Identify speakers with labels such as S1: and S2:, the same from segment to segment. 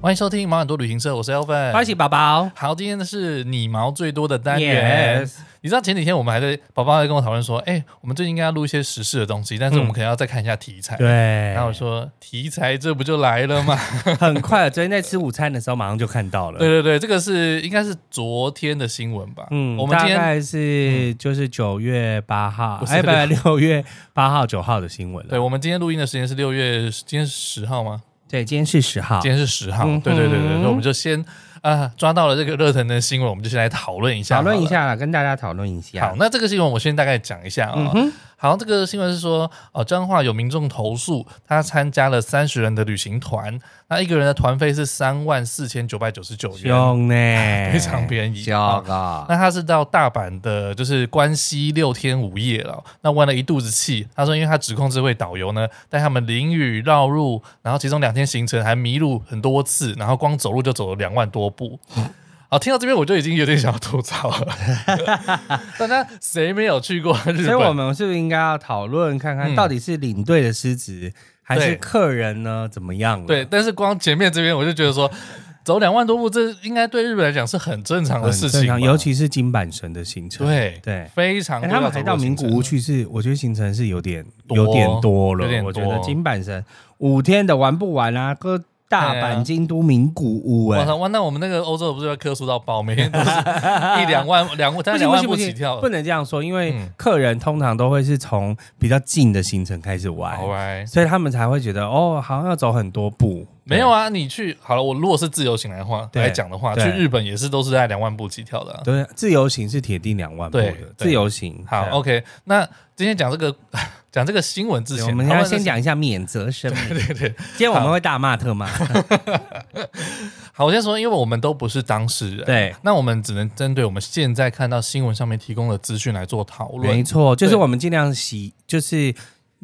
S1: 欢迎收听毛很多旅行社，我是 Elvin。
S2: 欢喜宝宝。
S1: 好，今天的是你毛最多的单元。
S2: Yes
S1: 你知道前几天我们还在宝宝还跟我讨论说，哎、我们最近应该要录一些时事的东西，但是我们可能要再看一下题材。
S2: 对，
S1: 然后我说题材这不就来了吗？
S2: 很快，昨天在吃午餐的时候马上就看到
S1: 对对
S2: 了。
S1: 对，这个是应该是昨天的新闻吧？
S2: 嗯，
S1: 我们今
S2: 大
S1: 天嗯
S2: 概是就是九月八号
S1: 不，是
S2: 哎，不，六月八号、九号的新闻
S1: 对，
S2: 了。
S1: 我们今天录音的时间是六月，今天是十号吗？
S2: 对，今天是十号
S1: 今。天是十号。
S2: 嗯哼
S1: 对对对对，所以我们就先啊、抓到了这个热腾腾的新闻，我们就先来讨论一下，
S2: 讨论一。下啦，跟大家讨论一下。
S1: 好，那这个新闻我先大概讲一下
S2: 嗯
S1: 啊、好，这个新闻是说，哦，彰化有民众投诉，他参加了三十人的旅行团，那一个人的团费是三万四千九百九十九元，
S2: 凶呢，
S1: 非常便宜
S2: 凶啊！
S1: 那他是到大阪的，就是关西六天五夜了，那玩了一肚子气。他说，因为他指控这位导游呢，带他们淋雨绕路，然后其中两天行程还迷路很多次，然后光走路就走了两万多步。
S2: 嗯
S1: 好，听到这边我就已经有点想要吐槽 了。大家谁没有去过日
S2: 所以
S1: 本？
S2: 我们是不是应该要讨论看看，
S1: 嗯
S2: 到底是领队的失职，还是
S1: 对
S2: 客人呢怎么样了？
S1: 对，但是光前面这边我就觉得说，走两万多步，这应该对日本来讲是很正常的
S2: 很
S1: 事
S2: 正
S1: 情吧，
S2: 常，尤其是金板神的行程。
S1: 对
S2: 对，
S1: 非常多
S2: 哎他
S1: 要
S2: 们
S1: 走
S2: 还
S1: 路
S2: 到
S1: 的行
S2: 名
S1: 程
S2: 古屋去是，我觉得行程是有点
S1: 多
S2: 有点多了。
S1: 有点多
S2: 我觉得金板神五天的玩不完啊，哥大
S1: 对啊
S2: 阪、京都、名古屋，
S1: 我
S2: 哎，
S1: 操！哇，那我们那个欧洲不是要克数到爆，每天都是一 两万、两万，但
S2: 不
S1: 是两
S2: 行不
S1: 万
S2: 行
S1: 步
S2: 不
S1: 起跳
S2: 行，，不能这样说，因为
S1: 嗯
S2: 客人通常都会是从比较近的行程开始玩
S1: 好，哎。
S2: 所以他们才会觉得哦，好像要走很多步。
S1: 没有啊，你去好了。我如果是自由行来的话
S2: 对
S1: 来讲的话，去
S2: 对
S1: 日本也是都是在两万步起跳的啊。
S2: 对，自由行是铁定两万步
S1: 对
S2: 的
S1: 对。
S2: 自由行
S1: 好哦
S2: 对
S1: ，OK。那今天讲这个 讲这个新闻之
S2: 对
S1: 前，
S2: 我们
S1: 台
S2: 要
S1: 湾的
S2: 先
S1: 新。
S2: 讲一下免责声 明。
S1: 对对，
S2: 今天我们会大骂特骂，
S1: 好，我先说，因为我们都不是当事人，
S2: 对，
S1: 那我们只能针对我们现在看到新闻上面提供的资讯来做讨
S2: 没
S1: 论。
S2: 错，就是
S1: 对
S2: 我们尽量洗，就是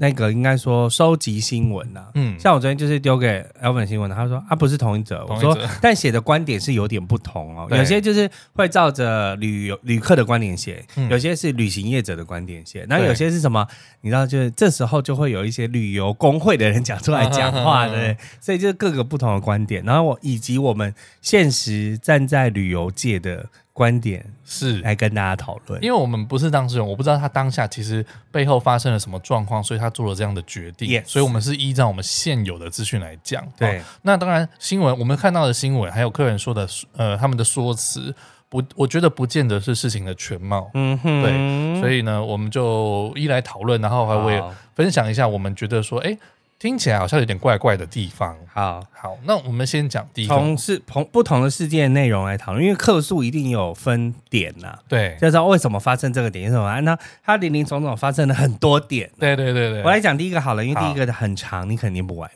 S2: 那个应该说收集新闻呐、
S1: 嗯，
S2: 像我昨天就是丢给 Elvin 的新闻，他说啊不是同一则，
S1: 同一
S2: 我说
S1: 则
S2: 但写的观点是有点不同哦，
S1: 对
S2: 有些就是会照着旅游旅客的观点写，
S1: 嗯
S2: 有些是旅行业者的观点写，那
S1: 对
S2: 有些是什么？你知道，就是这时候就会有一些旅游工会的人讲出来讲话，
S1: 嗯
S2: 对不 对？所以就是各个不同的观点，然后我以及我们现实站在旅游界的观点
S1: 是
S2: 来跟大家讨论。
S1: 因为我们不是当事人，我不知道他当下其实背后发生了什么状况，所以他做了这样的决定。
S2: Yes
S1: 所以我们是依照我们现有的资讯来讲。
S2: 对
S1: 哦那当然新闻我们看到的新闻，还有客人说的呃他们的说辞，不，我觉得不见得是事情的全貌。
S2: 嗯哼
S1: 对，所以呢，我们就一来讨论，然后还我也
S2: 好
S1: 分享一下我们觉得说，哎，听起来好像有点怪怪的地方。
S2: 好，
S1: 好，那我们先讲第一个，
S2: 从事从不同的事件内容来讨论，因为客诉一定有分点呐、
S1: 对，
S2: 就是说为什么发生这个点，为什么啊那它零零总总发生了很多点。
S1: 对对对对，
S2: 我来讲第一个好了，因为
S1: 好
S2: 第一个很长，你肯定不完。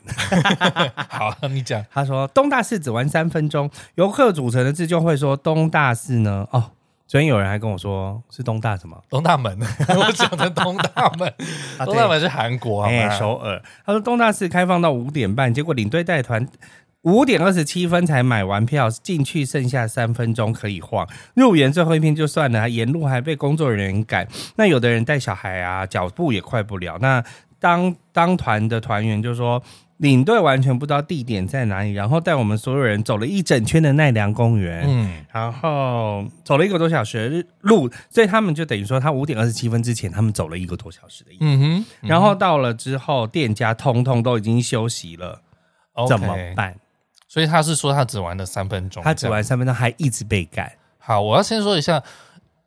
S1: 好，你讲，
S2: 他说东大寺只玩三分钟，游客组成的自救会说东大寺呢，哦，昨天有人还跟我说是东大什么？
S1: 东大门， 我讲的东大门。
S2: 啊
S1: 东
S2: 对
S1: 大门是韩国好
S2: 哎、
S1: 吗？
S2: 首尔。他说东大寺开放到五点半，结果领队带团五点二十七分才买完票，进去剩下三分钟可以晃。入园最后一片就算了，还沿路还被工作人员赶。那有的人带小孩啊，脚步也快不了。那当当团的团员就说。领队完全不知道地点在哪里，然后带我们所有人走了一整圈的奈良公园，
S1: 嗯，
S2: 然后走了一个多小时路，所以他们就等于说，他五点二十七分之前，他们走了一个多小时的夜
S1: 嗯哼，
S2: 然后到了之后，店家通通都已经休息了，
S1: 后
S2: 怎么？办？
S1: 所以他是说他只玩了三分钟，
S2: 他只
S1: 这样。
S2: 玩三分钟还一直被赶，
S1: 好，我要先说一下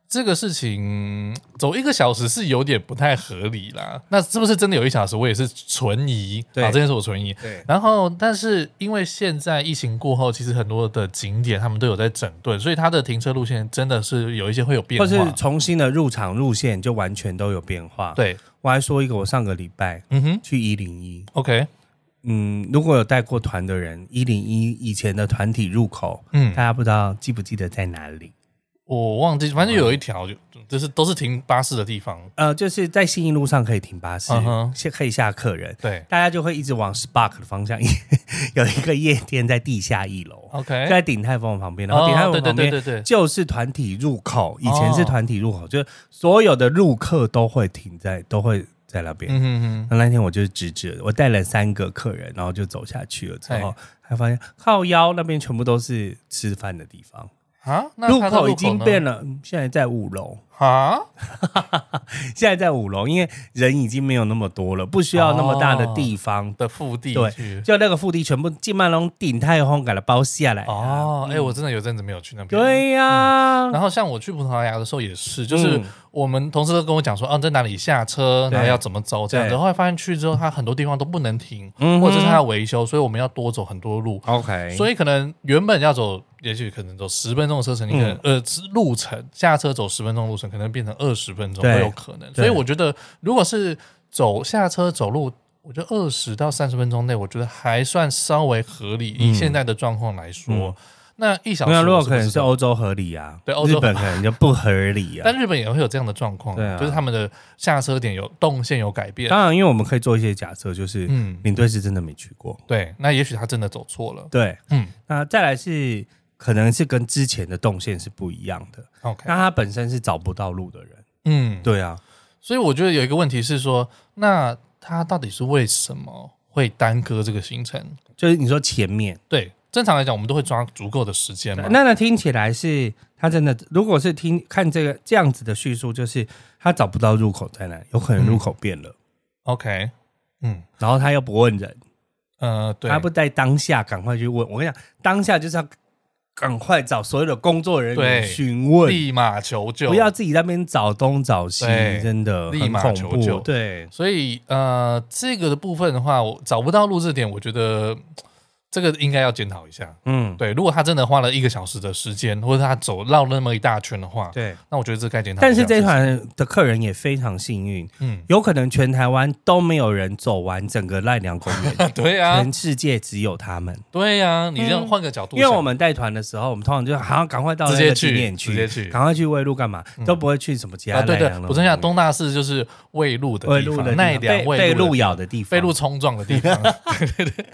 S1: 这个事情，走一个小时是有点不太合理啦。那是不是真的有一小时？我也是存疑。啊
S2: 对
S1: 好这件事我存疑。
S2: 对，
S1: 然后，但是因为现在疫情过后，其实很多的景点他们都有在整顿，所以它的停车路线真的是有一些会有变
S2: 或是
S1: 化。
S2: 重新的入场路线就完全都有变化。，
S1: 对，
S2: 我还说一个，我上个礼拜
S1: 嗯哼
S2: 去一零一，
S1: ，OK，
S2: 嗯，如果有带过团的人，一零一以前的团体入口，
S1: 嗯
S2: 大，家不知道记不记得在哪里？
S1: 我忘记，
S2: 哦
S1: 反正有一条就就是都是停巴士的地方。
S2: 呃，就是在信义路上可以停巴士
S1: 嗯哼，
S2: 下、可以下客人，
S1: 对
S2: 大家就会一直往 Spark 的方向， 有一个夜店在地下一楼。
S1: ，OK，
S2: 在鼎泰丰旁边，然
S1: 哎哦
S2: 后鼎泰丰
S1: 对对
S2: 旁边
S1: 对对哦对
S2: 就是团体入口，以前是团体入口，就是所有的入客都会停在都会在那边。
S1: 嗯哼哼，
S2: 那那天我就是直直，我带了三个客人，然后就走下去了之后
S1: 哎，
S2: 还发现靠腰那边全部都是吃饭的地方，
S1: 啊，那
S2: 入
S1: 它的
S2: 口已经变
S1: 了
S2: 了，嗯现在在五楼，
S1: 啊，
S2: 现在在五楼，因为人已经没有那么多了，不需要那么大的地方。
S1: 的腹地
S2: 对
S1: 去。
S2: 就那个腹地全部进曼龙鼎泰丰给它包下来。
S1: 哦，嗯哎，我真的有阵子没有去那边。
S2: 嗯对啊呀、
S1: 然后像我去葡萄牙的时候也是，就是
S2: 嗯
S1: 我们同事都跟我讲说，啊，在哪里下车，然后
S2: 对
S1: 要怎么走这样子。
S2: 对
S1: 后来发现去之后，它很多地方都不能停，
S2: 嗯哼
S1: 或者是它要维修，所以我们要多走很多路。
S2: OK，
S1: 所以可能原本要走，也许可能走十分钟的车程，你可能、
S2: 嗯
S1: 呃路程下车走十分钟路程，可能变成二十分钟都
S2: 对
S1: 有可能。所以我觉得，如果是走下车走路，我觉得二十到三十分钟内，我觉得还算稍微合理。以现在的状况来说，
S2: 嗯
S1: 那一小时
S2: 没有，如
S1: 我
S2: 果
S1: 是
S2: 可能
S1: 不知
S2: 是
S1: 道
S2: 欧洲合理啊，
S1: 对欧洲
S2: 日本可能就不合理啊。
S1: 但日本也会有这样的状况，
S2: 对啊
S1: 就是他们的下车点有动线有改变。
S2: 当然，因为我们可以做一些假设，就是
S1: 嗯，
S2: 领队是真的没去过。
S1: 对，那也许他真的走错了。
S2: 对，
S1: 嗯
S2: 那再来是可能是跟之前的动线是不一样的。
S1: ，OK，
S2: 那他本身是找不到路的人。
S1: 嗯，
S2: 对啊，
S1: 所以我觉得有一个问题是说，那他到底是为什么会耽搁这个行程？
S2: 就是你说前面，
S1: 对，正常来讲，我们都会抓足够的时间嘛。
S2: 那那听起来是他真的，如果是听看这个这样子的叙述，就是他找不到入口在哪，有可
S1: 嗯
S2: 能入口变了，
S1: OK，嗯
S2: 然后他又不问人，
S1: 呃，对
S2: 他，不在当下赶快去问。我跟你讲，当下就是要赶快找所有的工作人员
S1: 对
S2: 询问，
S1: 立马求救，
S2: 不要自己在那边找东找西，
S1: 对
S2: 真的
S1: 立
S2: 很
S1: 马
S2: 恐
S1: 求救
S2: 怖。对，
S1: 所以呃，这个的部分的话，我找不到录制点，我觉得嗯这个应该要检讨一下。
S2: 嗯，
S1: 对，如果他真的花了一个小时的时间，或者他走绕那么一大圈的话，
S2: 对。
S1: 那我觉得这该检讨。
S2: 但是这一，团的客人也非常幸运，
S1: 嗯，
S2: 有可能全台湾都没有人走完整个奈良公 园，
S1: 对呀、
S2: 全世界只有他们。
S1: 对呀、你这样换个角度
S2: 嗯因
S1: 想，
S2: 为我们带团的时候，我们通常就好像赶快到
S1: 直
S2: 那
S1: 接
S2: 个
S1: 去
S2: 景点
S1: 直接去嗯
S2: 赶快去喂鹿干嘛，都不会去什么其他
S1: 啊，对
S2: 奈
S1: 对
S2: 良，的
S1: 我正想东大寺就是喂鹿的
S2: 喂
S1: 地
S2: 鹿
S1: 方，
S2: 的
S1: 奈
S2: 地方
S1: 良
S2: 被被
S1: 喂
S2: 鹿
S1: 的
S2: 咬的地方，
S1: 被鹿冲撞的地 方。对对对，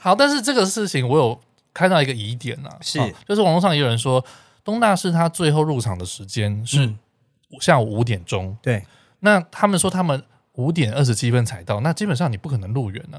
S1: 好，但是这个事情我有看到一个疑点啊，
S2: 是
S1: 哦就是网络上也有人说，东大寺他最后入场的时间是
S2: 嗯
S1: 下午五点钟，
S2: 对，
S1: 那他们说他们五点二十七分才到，那基本上你不可能入园呢、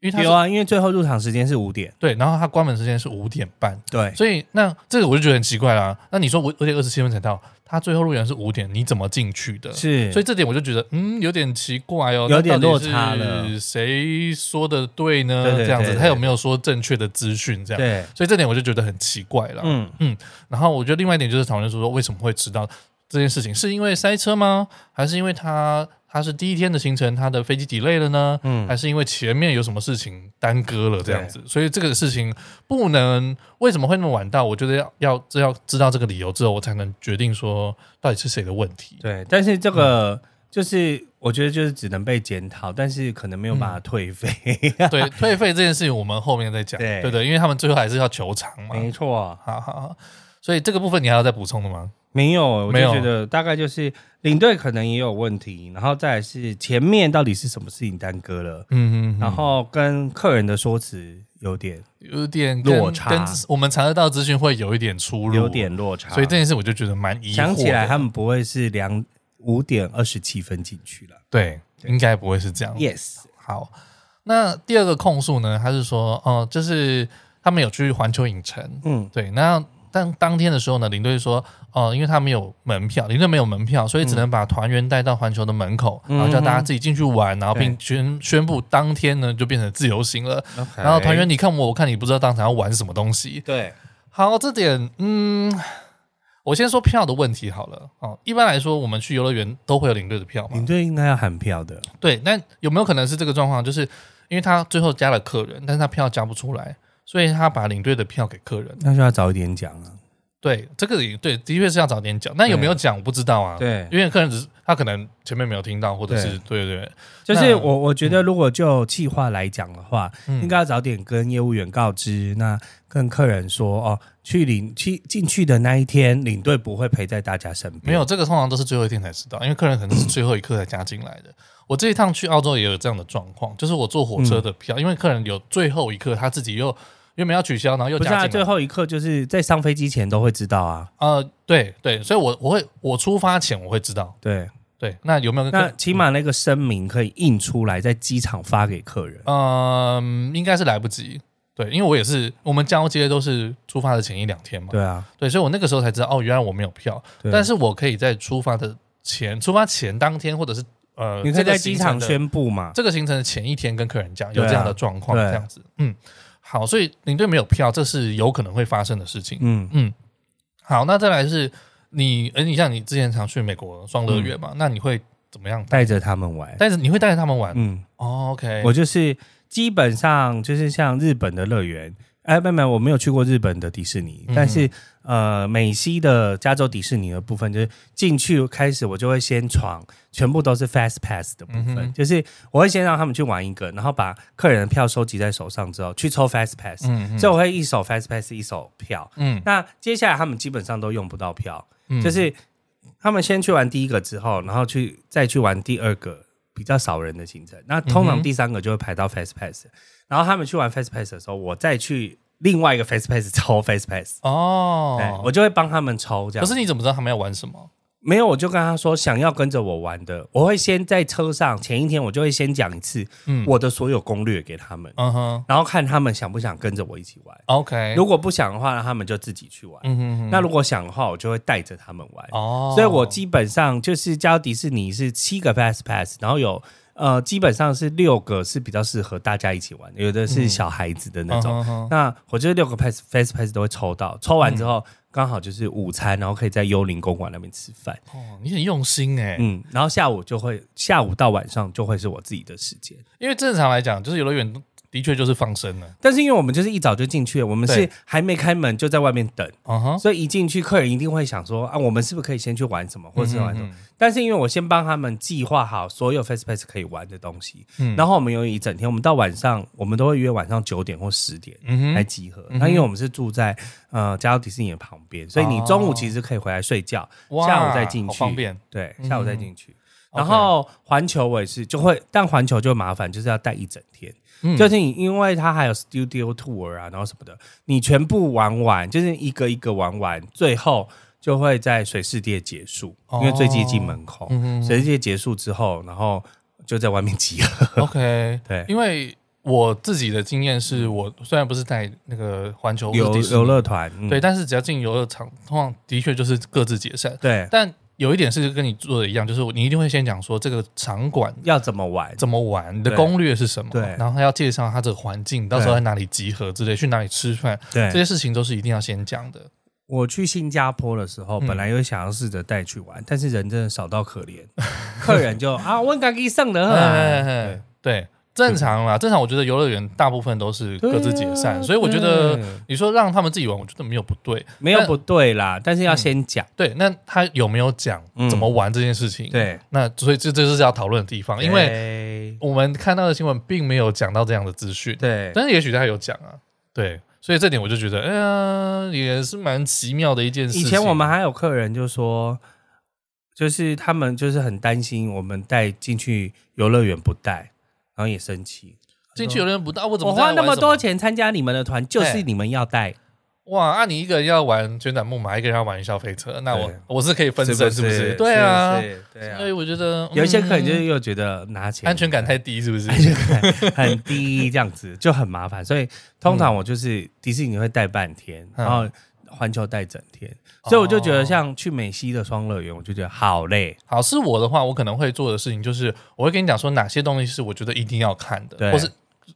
S1: 因为他是
S2: 有啊，因为最后入场时间是五点，
S1: 对，然后他关门时间是五点半，
S2: 对，
S1: 所以那这个我就觉得很奇怪啦。那你说五而且二十七分才到，他最后入园是五点，你怎么进去的？
S2: 是，
S1: 所以这点我就觉得，嗯，有点奇怪哦，
S2: 有点落差了。
S1: 谁说的对呢？
S2: 对对对
S1: 这样子，
S2: 对
S1: 他有没有说正确的资讯？这样，
S2: 对，
S1: 所以这点我就觉得很奇怪了。
S2: 嗯，
S1: 然后我觉得另外一点就是讨论说，为什么会迟到这件事情，是因为塞车吗？还是因为他他是第一天的行程，他的飞机 delay 了呢？
S2: 嗯
S1: 还是因为前面有什么事情耽搁了这样子？所以这个事情不能为什么会那么晚到？我觉得要要这要知道这个理由之后，我才能决定说到底是谁的问题。
S2: 对，但是这个就是我觉得就是只能被检讨，但是可能没有办法退 费，
S1: 对，退费这件事情我们后面再讲，
S2: 对
S1: 对对，因为他们最后还是要求偿嘛。
S2: 没错，
S1: 好好好，所以这个部分你还要再补充的吗？
S2: 没有，我就
S1: 没有
S2: 觉得大概就是领队可能也有问题，然后再来是前面到底是什么事情耽搁了，
S1: 嗯
S2: 然后跟客人的说辞有点
S1: 有点跟
S2: 落差
S1: 跟我们查得到资讯会有一点出入，
S2: 有点落差，
S1: 所以这件事我就觉得蛮疑惑的。
S2: 想起来他们不会是两五点二十七分进去了
S1: 对，应该不会是
S2: 哦
S1: 这样。
S2: ，yes，
S1: 好，那第二个控诉呢，他是说，哦、就是他们有去环球影城，
S2: 嗯，
S1: 对，那但当天的时候呢，领队说，哦、因为他没有门票，领队没有门票，所以
S2: 嗯
S1: 只能把团员带到环球的门口，然后叫大家自己进去玩，然后并宣宣布当天呢就变成自由行了。
S2: 哎
S1: 然后团员你看我，我看你，不知道当场要玩什么东西。
S2: 对，
S1: 好，这点，嗯，我先说票的问题好了。哦，一般来说，我们去游乐园都会有领队的票嘛
S2: 领。队应该要喊票的，
S1: 对，那有没有可能是这个状况？就是因为他最后加了客人，但是他票加不出来，所以他把领队的票给客人。
S2: 那就要早一点讲啊，
S1: 对，这个也对，的确是要早点讲。那有没有讲，我不知道啊。
S2: 对
S1: 因为客人只是他可能前面没有听到，或者是对对对
S2: 就是
S1: 那
S2: 我我觉得，如果就企划来讲的话，
S1: 嗯
S2: 应该要早点跟业务员告知，那跟客人说哦，去领去进去的那一天，领队不会陪在大家身边。
S1: 没有，这个通常都是最后一天才知道，因为客人可能是最后一刻才加进来的。我这一趟去澳洲也有这样的状况，就是我坐火
S2: 嗯
S1: 车的票，因为客人有最后一刻他自己又原本要取消，然后又
S2: 不是
S1: 加
S2: 啊，
S1: 进
S2: 最
S1: 来。
S2: 后一刻就是在上飞机前都会知道啊。
S1: 呃，对对，所以我我会我出发前我会知道。
S2: 对，
S1: 对，那有没有
S2: 那
S1: 跟？
S2: 起码那个声明可以印出来，在机场发给客人。
S1: 嗯，应该是来不及。对，因为我也是，我们交接都是出发的前一两天嘛。
S2: 对啊，
S1: 对，所以我那个时候才知道，哦，原来我没有票，嗯
S2: 对
S1: 但是我可以在出发的前，出发前当天，或者是呃，
S2: 你可以
S1: 这个
S2: 在机
S1: 行
S2: 场
S1: 程的
S2: 宣布嘛。
S1: 这个行程的前一天跟客人讲有
S2: 对啊
S1: 这样的状况，
S2: 对
S1: 这样子，嗯，好，所以领队没有票，这是有可能会发生的事情，
S2: 嗯，
S1: 嗯，好，那再来是你，呃，你像你之前常去美国双乐园嘛，
S2: 嗯
S1: 那你会怎么样？
S2: 带着他们玩。
S1: 但是你会带着他们玩、
S2: 嗯，
S1: 哦，OK，
S2: 我就是基本上就是像日本的乐园，哎，没有没有，我没有去过日本的迪士尼，
S1: 嗯
S2: 但是呃，美西的加州迪士尼的部分，就是进去开始我就会先闯，全部都是 fast pass 的部分，
S1: 嗯哼
S2: 就是我会先让他们去玩一个，然后把客人的票收集在手上之后去抽 fast pass，、
S1: 嗯
S2: 所以我会一手 fast pass 一手票。
S1: 嗯
S2: 那接下来他们基本上都用不到票，
S1: 嗯
S2: 就是他们先去玩第一个之后，然后去再去玩第二个比较少人的行程。那通
S1: 嗯
S2: 常
S1: 哼
S2: 第三个就会排到 Fast Pass，、然后他们去玩 Fast Pass 的时候，我再去另外一个 Fast Pass 抽 Fast Pass，、对
S1: 哦，
S2: 我就会帮他们抽这
S1: 可
S2: 样。
S1: 是你怎么知道他们要玩什么？
S2: 没有，我就跟他说想要跟着我玩的，我会先在车上前一天我就会先讲一次
S1: 嗯
S2: 我的所有攻略给他们，
S1: 嗯哼
S2: 然后看他们想不想跟着我一起玩。
S1: ，OK，
S2: 如果不想的话，那他们就自己去玩。
S1: 嗯哼哼，
S2: 那如果想的话，我就会带着他们玩。
S1: 哦，
S2: 所以我基本上就是加迪士尼是七个 Fast Pass，然后有呃基本上是六个是比较适合大家一起玩的，有的是小孩子的那种。
S1: 嗯哼哼
S2: 那我觉得六个 Pass Fast Pass 都会抽到，抽完
S1: 嗯
S2: 之后刚好就是午餐，然后可以在幽灵公馆那边吃饭。
S1: 哦，你很用心哎、
S2: 嗯，然后下午就会下午到晚上就会是我自己的时间。
S1: 因为正常来讲，就是游乐园的确就是放生了，
S2: 但是因为我们就是一早就进去了，我们
S1: 对
S2: 是还没开门就在外面等，
S1: 嗯哼，
S2: 所以一进去客人一定会想说啊，我们是不是可以先去玩什么，或者是玩什么？
S1: 嗯
S2: 但是因为我先帮他们计划好所有 Face Pass 可以玩的东西，
S1: 嗯
S2: 然后我们有一整天，我们到晚上，我们都会约晚上九点或十点
S1: 嗯
S2: 来
S1: 哼，
S2: 集合。
S1: 嗯哼
S2: 那因为我们是住在呃加州迪士尼的旁边，所以
S1: 哦
S2: 你中午其实可以回来睡觉，
S1: 哇
S2: 下午再进去
S1: 好方 便。
S2: 对，
S1: 嗯
S2: 下午再进去。然后环球我也是就会，但环球就麻烦，就是要带一整天，
S1: 嗯
S2: 就是你因为它还有 Studio Tour 啊，然后什么的，你全部玩完，就是一个一个玩完，最后就会在水世界结束，因为最接近门口。
S1: 嗯
S2: 水世界结束之后，然后就在外面集合。
S1: 哼，OK，
S2: 对，
S1: 因为我自己的经验是我虽然不是带那个环球或是
S2: 游
S1: 迪士尼
S2: 游乐团，嗯
S1: 对，但是只要进游乐场，通常的确就是各自解散。
S2: 对，
S1: 但有一点是跟你做的一样，就是你一定会先讲说这个场馆
S2: 要怎么玩？
S1: 怎么玩，你的
S2: 对
S1: 攻略是什么，
S2: 对
S1: 然后他要介绍他这个环境，到时候在哪里集合之类，去哪里吃饭，这
S2: 对，
S1: 些事情都是一定要先讲的。
S2: 我去新加坡的时候，
S1: 嗯
S2: 本来有想要试着带去玩，但是人真的少到可怜，客人就啊，我敢给上的
S1: 哎哎哎
S2: 啊，
S1: 对，正常啦，正常。我觉得游乐园大部分都是
S2: 对
S1: 各自解散，所以我觉得
S2: 对
S1: 你说让他们自己玩，我觉得没有不对。
S2: 没有不对啦，但是要先讲，
S1: 对，那他有没有讲
S2: 嗯
S1: 怎么玩这件事情？，
S2: 对，
S1: 那所以这这就是要讨论的地方，因为
S2: 为
S1: 我们看到的新闻并没有讲到这样的资讯，
S2: 对
S1: 但是也许他有讲啊，对。所以这点我就觉得，哎呀，也是蛮奇妙的一件事情。
S2: 以前我们还有客人就说，就是他们就是很担心我们带进去游乐园不带，然后也生气。
S1: 进去有人不到，我怎么
S2: 我
S1: 知道
S2: 花那么
S1: 玩什
S2: 多钱参加你们的团，就是
S1: 对
S2: 你们要带，
S1: 哇，那、你一个人要玩旋转木马，一个人要玩消费车，那我
S2: 对
S1: 我是可以分身，是不
S2: 是？
S1: 对啊，
S2: 是不是对啊
S1: 所以。我觉得
S2: 有一些客人就是
S1: 嗯
S2: 又觉得拿钱
S1: 安全感太低，是不是？
S2: 很低，这样子就很麻烦。所以通常我就是迪士尼会带半天，
S1: 嗯
S2: 然后环球带整天，
S1: 哦
S2: 所以我就觉得像去美西的双乐园，我就觉得好累。
S1: 好，是我的话，我可能会做的事情就是，我会跟你讲说哪些东西是我觉得一定要看的，
S2: 对
S1: 或是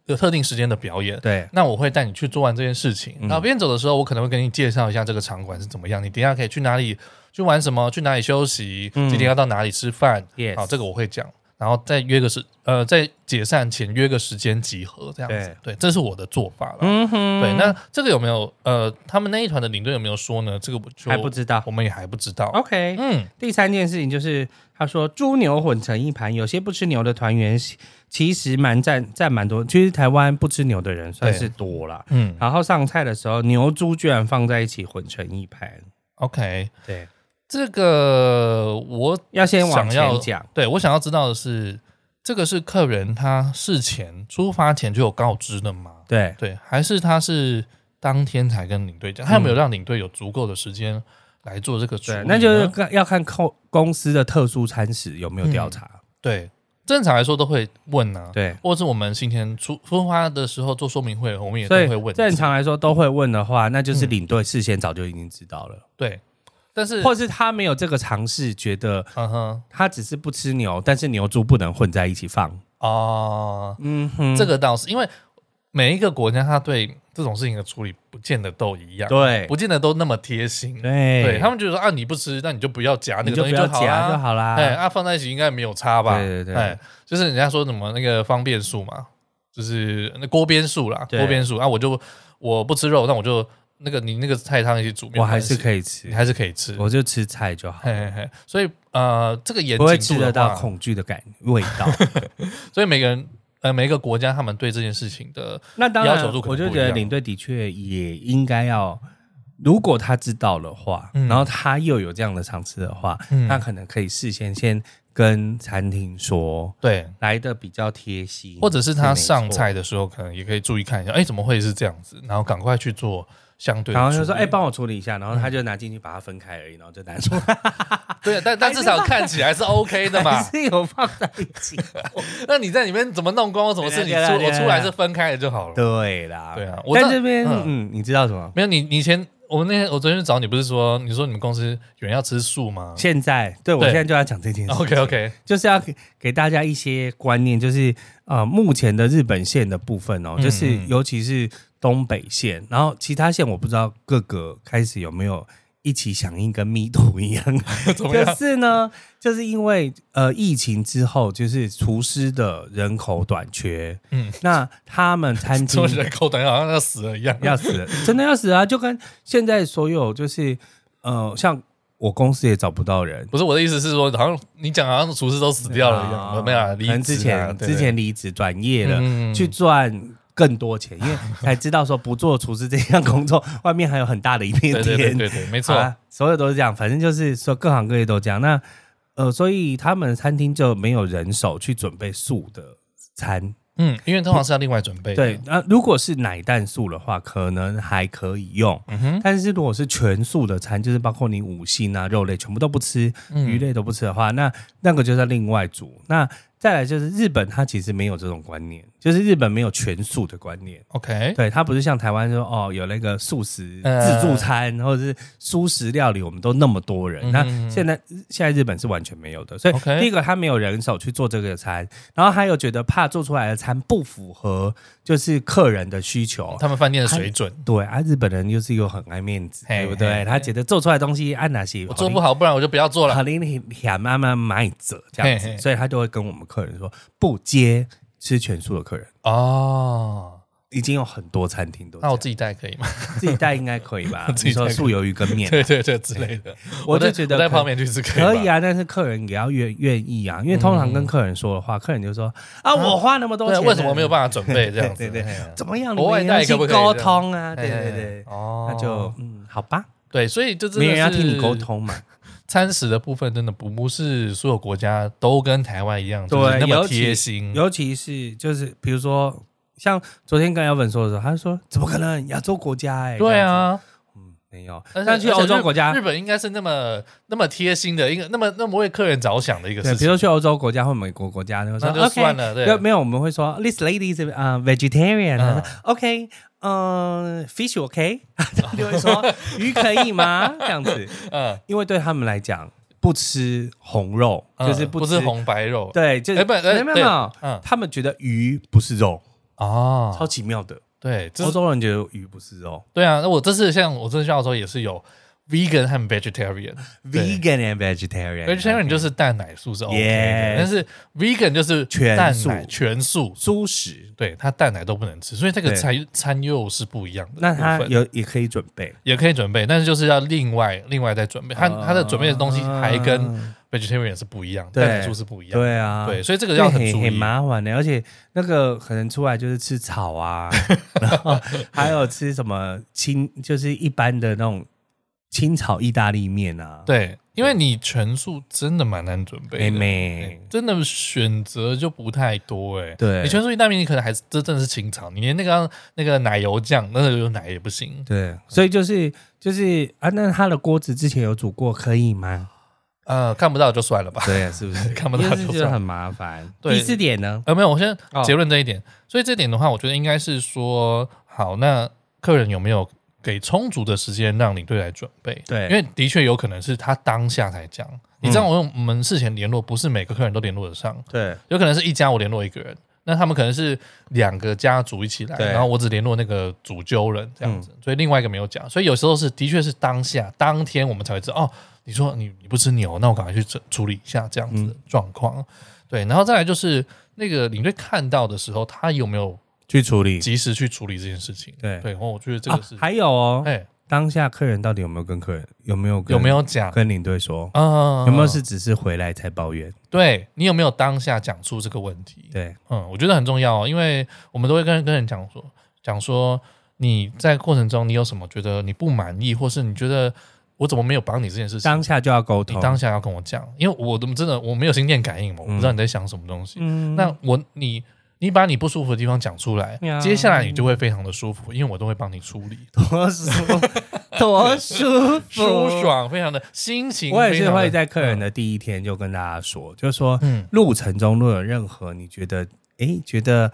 S1: 有特定时间的表演。
S2: 对，
S1: 那我会带你去做完这件事情。
S2: 嗯
S1: 然后边走的时候，我可能会给你介绍一下这个场馆是怎么样，你等一下可以去哪里去玩什么，去哪里休息，
S2: 嗯
S1: 今天要到哪里吃饭。
S2: Yes
S1: 好，这个我会讲。然后再约个时，呃，在解散前约个时间集合这样子。对，这是我的做法了。
S2: 嗯哼，
S1: 对，那这个有没有呃，他们那一团的领队有没有说呢？这个我就
S2: 还不知道。
S1: 我们也还不知道。
S2: OK，
S1: 嗯，
S2: 第三件事情就是他说猪牛混成一盘，有些不吃牛的团员其实蛮占占蛮多，其实台湾不吃牛的人算是多啦。
S1: 嗯
S2: 然后上菜的时候，牛猪居然放在一起混成一盘，
S1: ，OK，
S2: 对，
S1: 这个我
S2: 要先往
S1: 想要
S2: 前讲，
S1: 对我想要知道的是，这个是客人他事前出发前就有告知的吗？
S2: 对，
S1: 对，还是他是当天才跟领队讲？他有没有让领队有足够的时间来做这个处理呢？，
S2: 对那就是看要看公公司的特殊餐食有没有调查。
S1: 对，正常来说都会问嗯啊，
S2: 对，
S1: 或者是我们今天出出发的时候做说明会，我们也都
S2: 所以
S1: 会问。
S2: 正常来说都会问的话，那就是
S1: 嗯
S2: 领队事先早就已经知道了，
S1: 对，但是
S2: 或是他没有这个尝试，觉得
S1: 嗯哼
S2: 他只是不吃牛，但是牛猪不能混在一起放。
S1: 哦，
S2: 嗯哼
S1: 这
S2: 个
S1: 个倒是因为每一个国家他对这种事情的处理不见得都一样，
S2: 对
S1: 不见得都那么贴心。
S2: 对
S1: 对他们就说啊，你不吃，那你就不要夹那
S2: 你
S1: 个
S2: 就
S1: 东
S2: 不
S1: 西
S2: 要
S1: 好
S2: 夹就
S1: 啦。
S2: 好啦。
S1: 哎，啊，放在一起应该没有差吧？
S2: 对对对
S1: 哎，就是人家说什么那个方便素嘛，就是那锅边素啦，
S2: 对
S1: 锅边素啊，我就我不吃肉，那我就那个你那个菜汤一起煮，没有
S2: 我还
S1: 关系
S2: 是可以
S1: 你
S2: 吃，
S1: 还是可以吃。
S2: 我就吃菜就好，
S1: 嘿嘿嘿，所以呃，这个严
S2: 不会
S1: 谨
S2: 吃
S1: 度
S2: 得
S1: 的
S2: 到
S1: 话，
S2: 恐惧的感味道。
S1: 所以每个人呃每一个国家他们对这件事情的
S2: 那当
S1: 要求
S2: 然
S1: 度，可能
S2: 我就
S1: 不
S2: 觉
S1: 一
S2: 得
S1: 样
S2: 领队的确也应该要，如果他知道的话，
S1: 嗯
S2: 然后他又有这样的尝试的话，
S1: 嗯
S2: 那可能可以事先先跟餐厅说，
S1: 对，
S2: 来的比较贴心，
S1: 或者是他上
S2: 没
S1: 菜的时候可能也可以注意看一下，哎，怎么会是这样子？然后赶快去做相对
S2: 错。
S1: 的
S2: 然
S1: 处理。
S2: 后就说：“哎、帮我处理一下。”然后
S1: 嗯
S2: 他就拿进去把它分开而已，然后就拿 出来，哎
S1: 对，但但至少看起来是 OK 的
S2: 还
S1: 嘛。
S2: 是有放在一 起。
S1: 那你在里面怎么弄光我什么事？你
S2: 对啊对啊
S1: 出
S2: 对啊
S1: 我出来是分开的就好了。
S2: 对啦，
S1: 对啊我
S2: 但
S1: 知道
S2: 这边
S1: 嗯
S2: 嗯你知道什么？
S1: 没有你，你以前我们那天我昨天去找你，不是说你说你们公司有人要吃素 吗
S2: 现在对我
S1: 对
S2: 现在就要讲这件事情。
S1: ？OK OK，
S2: 就是要给给大家一些观念，就是呃，目前的日本线的部分哦，
S1: 嗯
S2: 就是
S1: 嗯
S2: 尤其是东北线，然后其他线我不知道各个开始有没有一起响应，跟密度一样。
S1: 怎么样
S2: 可？是呢，就是因为呃疫情之后，就是厨师的人口短缺，
S1: 嗯
S2: 嗯，那他们餐
S1: 说
S2: 厅
S1: 人口等于好像要死了一样。
S2: 要死 了，真的要死啊！就跟现在所有就是呃，像我公司也找不到人，
S1: 不是我的意思是说，好像你讲好像厨师都死掉了一
S2: 啊
S1: 样，没有啊离
S2: 可能
S1: 职
S2: 之
S1: 啊
S2: 前
S1: 对
S2: 之前离职转业了，
S1: 嗯
S2: 去赚更多钱， 因为才知道说不做厨师这项工作， 外面还有很大的一片
S1: 对对对
S2: 天。
S1: 对对，没
S2: 好
S1: 错，
S2: 啊，所有都是这样，反正就是说各行各业都这样。那呃，所以他们的餐厅就没有人手去准备素的餐。
S1: 嗯，因为通常是要另外准备的。
S2: 对，那、如果是奶蛋素的话，可能还可以用。
S1: 嗯哼，
S2: 但是如果是全素的餐，就是包括你五星啊、肉类全部都不吃，
S1: 嗯
S2: 鱼类都不吃的话，那那个就是要另外煮。那再来就是日本，它其实没有这种观念，就是日本没有全素的观念。
S1: OK，
S2: 对，它不是像台湾说哦，有那个素食
S1: 呃
S2: 自助餐、或者是素食料理，我们都那么多人。
S1: 嗯哼
S2: 那现在现在日本是完全没有的，所以
S1: OK
S2: 第一个他没有人手去做这个餐，然后还有觉得怕做出来的餐不符合就是客人的需求，
S1: 他们饭店的水准，
S2: 对啊，日本人又是又很爱面子，
S1: 嘿
S2: 对不
S1: 嘿
S2: 对
S1: 嘿？
S2: 他觉得做出来的东西按哪些
S1: 我做不好，不然我就不要做了。
S2: 好你你想慢慢卖者这样
S1: 嘿嘿
S2: 子，所以他就会跟我们客人说不接吃全素的客人。
S1: 哦，
S2: 已经有很多餐厅都这
S1: 啊那
S2: 样
S1: 我自己带可以吗？
S2: 自己带应该可以吧
S1: ？自己
S2: 你
S1: 带
S2: 说素鱿鱼跟 面，
S1: 对对对， 之类的。
S2: 我就
S1: 在
S2: 觉得
S1: 我在
S2: 可以
S1: 泡面去吃可
S2: 可
S1: 以吧嗯
S2: 以啊，但是客人也要愿愿意啊，因为通常跟客人说的话，客人就说啊，我花那么多
S1: 对，
S2: 钱，
S1: 为什么没有办法准备这 样子？
S2: 对对对
S1: 嘿啊
S2: 怎么样？
S1: 国外
S2: 你们要
S1: 带可不
S2: 去
S1: 可以
S2: 沟通啊？
S1: 嘿
S2: 对
S1: 嘿
S2: 对
S1: 嘿
S2: 对，
S1: 哦，
S2: 那就嗯，好吧，
S1: 对，所以就真的
S2: 没人要听你
S1: 是
S2: 沟。通嘛。
S1: 餐食的部分真的不不是所有国家都跟台湾一样，就是
S2: 对
S1: 那么
S2: 尤其
S1: 贴心。
S2: 尤其是就是比如说，像昨天跟 Elvin 说的时候，他就说怎么可能亚洲国家哎、
S1: 对，啊，
S2: 嗯，没有，
S1: 而且
S2: 但去
S1: 而且
S2: 欧洲
S1: 日
S2: 国家
S1: 日，本应该是那么那么贴心的一个，那么那么为客人着想的一个
S2: 对，
S1: 事
S2: 比
S1: 情。
S2: 如说去欧洲国家或美国国家，那
S1: 那
S2: 说
S1: 就算
S2: OK，
S1: 了，
S2: 要
S1: 对，
S2: 没有我们会说 this lady is 啊 vegetarian，
S1: 嗯
S2: 他说 OK，嗯，fish OK，他就会说鱼可以吗？这样子，
S1: 嗯，
S2: 因为对他们来讲，不吃红肉
S1: 嗯
S2: 就是
S1: 不
S2: 不
S1: 是，红白肉，
S2: 对，就是
S1: 哎不哎
S2: 没有没有
S1: 对
S2: 没有，
S1: 嗯，
S2: 他们觉得鱼不是肉，超
S1: 哦，
S2: 奇妙的，
S1: 对，这
S2: 欧
S1: 是
S2: 洲人觉得鱼不是肉。
S1: 对啊。那我这次像我这次去澳洲也是有， vegan 和 vegetarian。
S2: vegan and vegetarian。
S1: vegetarian 就是蛋奶素是 OK 的
S2: Yes，
S1: 但是 vegan 就是
S2: 全
S1: 蛋
S2: 素
S1: 奶全素，
S2: 素食，
S1: 对，它蛋奶都不能吃，所以这个
S2: 对
S1: 餐餐又是不一样的部分。
S2: 那它有也可以准备。
S1: 也可以准备，但是就是要另外另外再准备，它它的准备的东西还跟
S2: 啊
S1: vegetarian 是不一样，
S2: 对
S1: 蛋奶素是不一样的。
S2: 对啊，
S1: 对，所以这个要很
S2: 对
S1: 注
S2: 很
S1: 意。
S2: 麻烦的，欸而且那个可能出来就是吃草 啊，然后还有吃什么青，就是一般的那种青草意大利面啊，，
S1: 对，因为你全素真的蛮难准备
S2: 妹
S1: 的，
S2: 妹，
S1: 真的选择就不太多哎。
S2: 嗯对
S1: 你全素意大利面，你可能还是这真的是清炒，你连那个那个奶油酱，那个有奶也不行。
S2: 对，所以就是就是啊，那它的锅子之前有煮过，可以吗？
S1: 呃，看不到就算了吧。
S2: 对，啊是不是
S1: 看不到
S2: 就是
S1: 就
S2: 觉
S1: 算
S2: 得很麻烦。
S1: 对
S2: 第四点呢，
S1: 呃，没有，我先
S2: 哦
S1: 结论这一点。所以这点的话，我觉得应该是说，好，那客人有没有给充足的时间让领队来准备？
S2: 对嗯
S1: 因为的确有可能是他当下才讲。你知道，我用我们事前联络，不是每个客人都联络得上，
S2: 对
S1: 有可能是一家我联络一个人，那他们可能是两个家族一起来，
S2: 对嗯
S1: 然后我只联络那个主揪人这样子，所以另外一个没有讲。所以有时候是的确是当下当天我们才会知道，哦，你说你你不吃牛，那我赶快去整处理一下这样子
S2: 嗯
S1: 的状况。对，然后再来就是那个领队看到的时候，他有没有
S2: 去处理。
S1: 及时去处理这件事情？
S2: 对
S1: 对，哦，我觉得这
S2: 啊
S1: 个是，，
S2: 还有哦，
S1: 哎，
S2: 当下客人到底有没有跟客人有没有跟
S1: 有没有讲？
S2: 跟领队说？
S1: 嗯，
S2: 有没有是只是回来才抱怨？
S1: 对你有没有当下讲出这个问题？
S2: 对，
S1: 嗯，我觉得很重要、哦，因为我们都会跟跟人讲说，讲说你在过程中你有什么觉得你不满意，或是你觉得我怎么没有帮你这件事情，
S2: 当下就要沟
S1: 你
S2: 通。
S1: 当下要跟我讲，因为我怎么真的我没有心电感应嘛，我不知道你在想什么东西。
S2: 嗯
S1: 那我你你把你不舒服的地方讲出来，
S2: 呀
S1: 接下来你就会非常的舒服，因为我都会帮你处理，
S2: 多舒 多舒服，
S1: 舒。爽，非常的心情。
S2: 我也是会
S1: 在
S2: 在客人的第一天就跟大家说，就是说
S1: 嗯
S2: 路程中若有任何你觉得诶觉得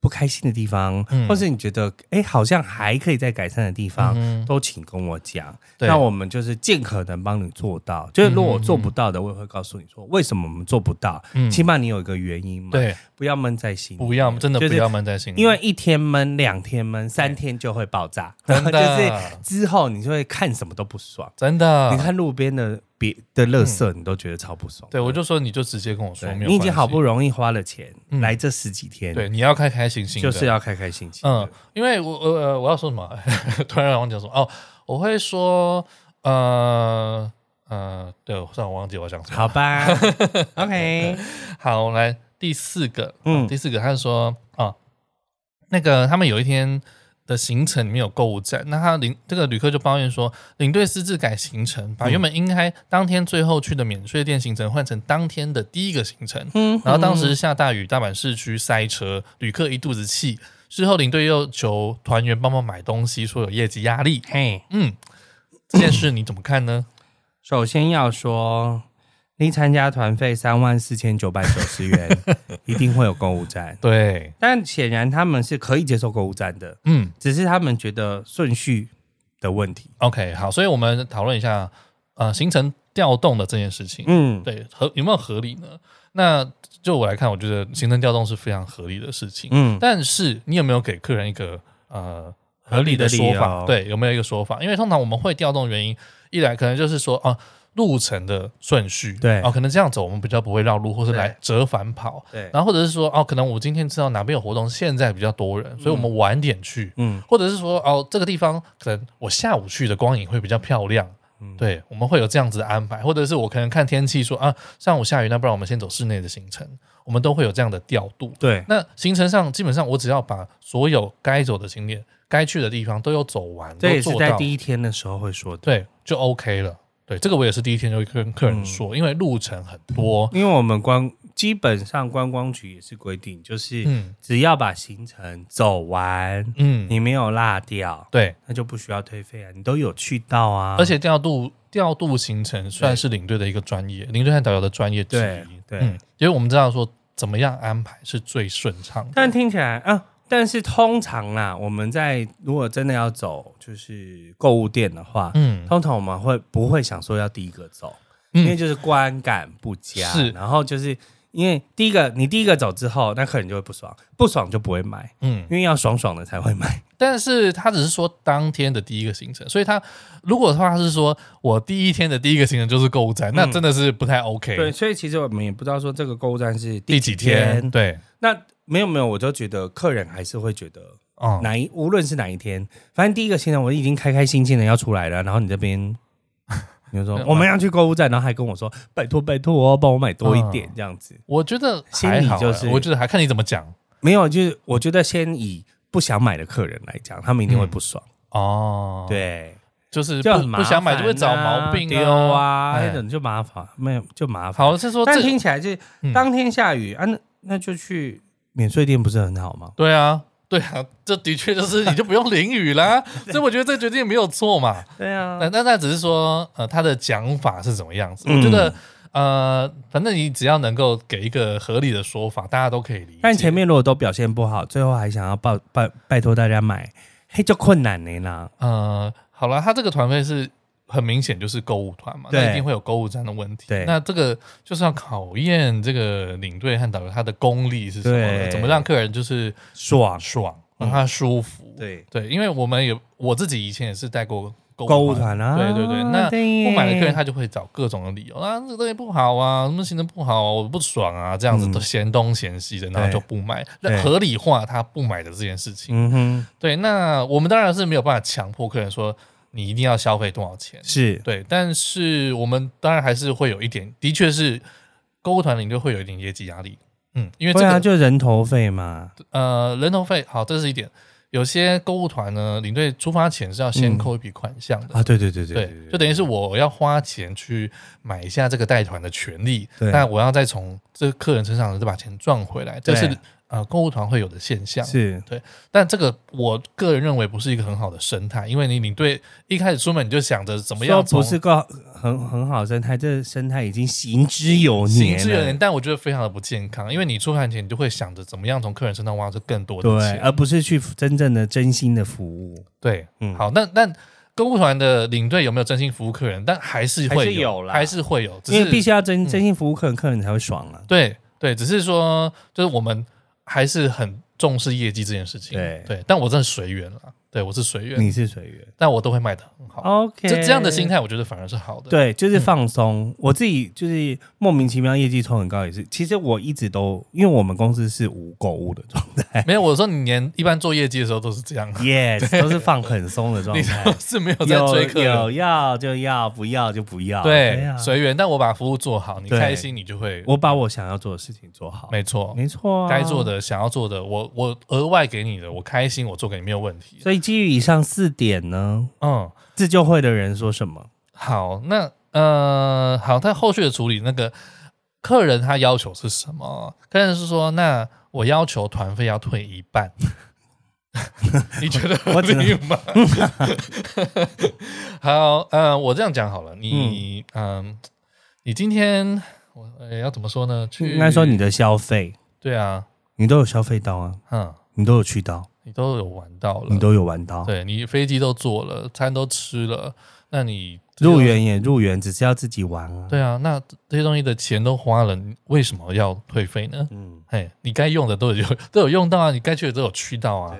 S2: 不开心的地方，
S1: 嗯
S2: 或是你觉得诶好像还可以再改善的地方，
S1: 嗯
S2: 都请跟我讲。
S1: 对
S2: 那我们就是尽可能帮你做到。就是如果我
S1: 嗯嗯
S2: 做不到的，我也会告诉你说为什么我们做不到，
S1: 嗯
S2: 起码你有一个原因嘛，
S1: 对，
S2: 不要闷在心里。
S1: 不要真的
S2: 就
S1: 不
S2: 是
S1: 要闷在心里，
S2: 因为一天闷、两天闷、三天就会爆炸，
S1: 真的
S2: 就是之后你就会看什么都不爽。
S1: 真的
S2: 你看路边的别的垃圾，你都觉得超不爽。
S1: 对，我就说你就直接跟我说，
S2: 对
S1: 没有
S2: 你已经
S1: 关
S2: 好
S1: 系
S2: 不容易花了钱
S1: 嗯
S2: 来这十几天，
S1: 对，，你要开开心心的，
S2: 就是要开开心心。
S1: 嗯
S2: 嗯，，
S1: 因为我呃呃我要说什么， 突然忘记说哦，我会说呃呃，对，算了我忘记我想什么。
S2: 好吧，OK，
S1: 好，来第四个，
S2: 嗯
S1: 第四个他说啊，那个他们有一天的行程里面有购物站，那他领这个旅客就抱怨说，领队私自改行程，把原本应该当天最后去的免税店行程换成当天的第一个行程，
S2: 嗯
S1: 然后当时下大雨，大阪市区塞车，旅客一肚子气。事后领队又求团员帮忙买东西，说有业绩压力。
S2: 嘿，
S1: 嗯，这件事你怎么看呢？
S2: 首先要说。你参加团费三万四千九百九十 元，一定会有购物站，
S1: 对，
S2: 但显然他们是可以接受购物站的，
S1: 嗯
S2: 只是他们觉得顺序的问题。
S1: ，OK，好，所以我们讨论一下呃行程调动的这件事情。
S2: 嗯，
S1: 对，合有没有合理呢？那就我来看，我觉得行程调动是非常合理的事情。
S2: 嗯，
S1: 但是你有没有给客人一个呃合
S2: 合
S1: 理
S2: 理
S1: 的
S2: 的
S1: 说
S2: 理
S1: 法？
S2: 由
S1: 对，有没有一个说法？因为通常我们会调动原因，一来可能就是说啊路程的顺序，
S2: 对
S1: 哦，可能这样走我们比较不会绕路，或是
S2: 对
S1: 来折返跑，
S2: 对，
S1: 然后或者是说哦，可能我今天知道哪边有活动，现在比较多人，所以我们晚点去，
S2: 嗯，
S1: 或者是说哦这个地方可能我下午去的光影会比较漂亮。
S2: 嗯
S1: 对，我们会有这样子的安排，或者是我可能看天气说啊，上午下雨，那不然我们先走室内的行程，我们都会有这样的调度。
S2: 对，
S1: 那行程上基本上我只要把所有该走的景点、该去的地方都有走完，
S2: 这也
S1: 都
S2: 是
S1: 做
S2: 在
S1: 到，
S2: 第一天的时候会说的，
S1: 对，就 OK 了。对，这个我也是第一天就跟客
S2: 嗯
S1: 人说，因为路程很多，
S2: 因为我们观基本上观光局也是规定，就是
S1: 嗯
S2: 只要把行程走完，
S1: 嗯，
S2: 你没有落掉，
S1: 对，
S2: 那就不需要退费啊，你都有去到啊，
S1: 而且调度调度行程算是领队的一个专业，领队和导游的专业之
S2: 对
S1: 一。
S2: 对，
S1: 嗯，因为我们知道说怎么样安排是最顺畅的。
S2: 但听起来啊。但是通常啦，我们在如果真的要走就是购物店的话，
S1: 嗯，
S2: 通常我们会不会想说要第一个走，
S1: 嗯
S2: 因为就是观感不佳，
S1: 是
S2: 然后就是因为第一个你第一个走之后，那客人就会不爽，不爽就不会买，
S1: 嗯，
S2: 因为要爽爽的才会买。
S1: 但是他只是说当天的第一个行程，所以他如果的话他是说我第一天的第一个行程就是购物站，那真的是不太 OK。
S2: 嗯对，，所以其实我们也不知道说这个购物站是
S1: 第几
S2: 几
S1: 天？对，
S2: 那没有没有，我就觉得客人还是会觉得
S1: 嗯，
S2: 哪一无论是哪一天，反正第一个行程我已经开开心心的要出来了，然后你 这边你就
S1: 嗯
S2: 说我们要去购物站，然后还跟我说拜托拜托哦，帮我买多一
S1: 嗯
S2: 点这样子。
S1: 我觉得
S2: 心
S1: 还
S2: 里
S1: 好啊，
S2: 就是
S1: 我觉得还看你怎么讲
S2: 没有，就是我觉得先以不想买的客人来讲，他们一定会不爽。
S1: 哦。，
S2: 对，
S1: 就是
S2: 就
S1: 哦不
S2: 很麻烦、啊
S1: 不想买就会找毛病
S2: 丢啊，
S1: 哎
S2: 那种就麻烦，没有就麻烦。
S1: 好是说
S2: 但
S1: 这
S2: 听起来就是
S1: 嗯
S2: 当天下雨、啊，那那就去免税店不是很好吗？
S1: 对啊。对啊，这的确就是你就不用淋雨 啦，所以我觉得这决定也没有错嘛。
S2: 对啊
S1: 那那那只是说，呃，他的讲法是怎么样子？
S2: 嗯
S1: 我觉得，呃，反正你只要能够给一个合理的说法，大家都可以理解。
S2: 但前面如果都表现不好，最后还想要拜拜拜托大家买，嘿，就困难了啦。
S1: 呃，好了，他这个团费是很明显就是购物团嘛，
S2: 对
S1: 那一定会有购物站的问题。
S2: 对
S1: 那这个就是要考验这个领队和导游他的功力是什么呢，
S2: 对
S1: 怎么让客人就是
S2: 爽，嗯
S1: 爽，让他舒服。
S2: 对，
S1: 对，因为我们也我自己以前也是带过购
S2: 购物。团啊，
S1: 对对对，那
S2: 对
S1: 不买的客人
S2: 耶
S1: 他就会找各种的理由啊，这个东西不好啊，什么行程不好、啊，我不爽啊，这样子
S2: 嗯
S1: 都嫌东嫌西的，然后就不买，
S2: 对
S1: 那合理化他不买的这件事情。
S2: 嗯哼，
S1: 对，那我们当然是没有办法强迫客人说你一定要消费多少钱，
S2: 是
S1: 对，但是我们当然还是会有一点，的确是购物团领队会有一点业绩压力，嗯，因为这
S2: 对
S1: 个、
S2: 啊，就人头费嘛，
S1: 呃人头费好，这是一点。有些购物团呢，领队出发前是要先
S2: 嗯
S1: 扣一笔款项的，
S2: 啊，对对对对
S1: 对，就等于是我要花钱去买一下这个带团的权利，
S2: 对
S1: 那我要再从这个客人身上再把钱赚回来，这
S2: 对
S1: 是呃购物团会有的现象。
S2: 是
S1: 但这个我个人认为不是一个很好的生态，因为你领队一开始出门你就想着怎么样
S2: 说
S1: 从
S2: 不是个很很好生态，这生态已经行之有年
S1: 行
S2: 了，
S1: 之有年，但我觉得非常的不健康，因为你出团前你就会想着怎么样从客人身上挖出更多的
S2: 对，
S1: 钱。
S2: 而不是去真正的真心的服务，
S1: 对，
S2: 嗯
S1: 好，那那购物团的领队有没有真心服务客人？但还是
S2: 还
S1: 会
S2: 是有啦
S1: 还是会有，只
S2: 因
S1: 是嗯
S2: 为必须要真真心服务客人，客人才会爽啊。
S1: 对对，只是说就是我们还是很重视业绩这件事情。
S2: 对
S1: 但我真的随缘了，对我是随缘，
S2: 你是随缘
S1: 但我都会卖的很好。
S2: ，OK，
S1: 这这样的心态，我嗯觉得反而是好的。，
S2: 对，就是放松。我自己就是莫名其妙业绩冲很高，也是。其实我一直都，因为我们公司是无购物的状 态
S1: 没有我说你连一般做业绩的时候都是这样，
S2: ，yes，都是放很松的状
S1: 你
S2: 态
S1: 都。是没有在
S2: 哎有
S1: 追客人。
S2: 有要就要，不要就不要。
S1: 对，
S2: 啊，
S1: 随缘，但我把服务做好，你
S2: 对
S1: 开心，你就会，
S2: 我把我想要做的事情做好。
S1: 没错，
S2: 没错、啊，
S1: 该做。的、想要做的，我我额外给你的，我开心，我做给你没有问题。
S2: 所以基于以上四点呢，
S1: 嗯，
S2: 自救会的人说什么？
S1: 好，那呃，好，他后续的处理，那个客人他要求是什么？客人是说，那我要求团费要退一半， 你觉得合
S2: 我只能
S1: 理吗？ 好，呃，我这样讲好了，你，嗯、你今天我、呃要怎么说呢？去
S2: 应该说你的消费，
S1: 对啊，
S2: 你都有消费到啊，
S1: 嗯，
S2: 你都有去到，
S1: 你都有玩到了
S2: 你，都有玩到，
S1: 对你飞机都坐了，餐都吃了，那你
S2: 入园也入园，只是要自己玩啊。
S1: 对啊，那这些东西的钱都花了，你为什么要退费呢？
S2: 嗯，
S1: 哎，你该用的都有 都有用到啊，你该去的都有去到啊。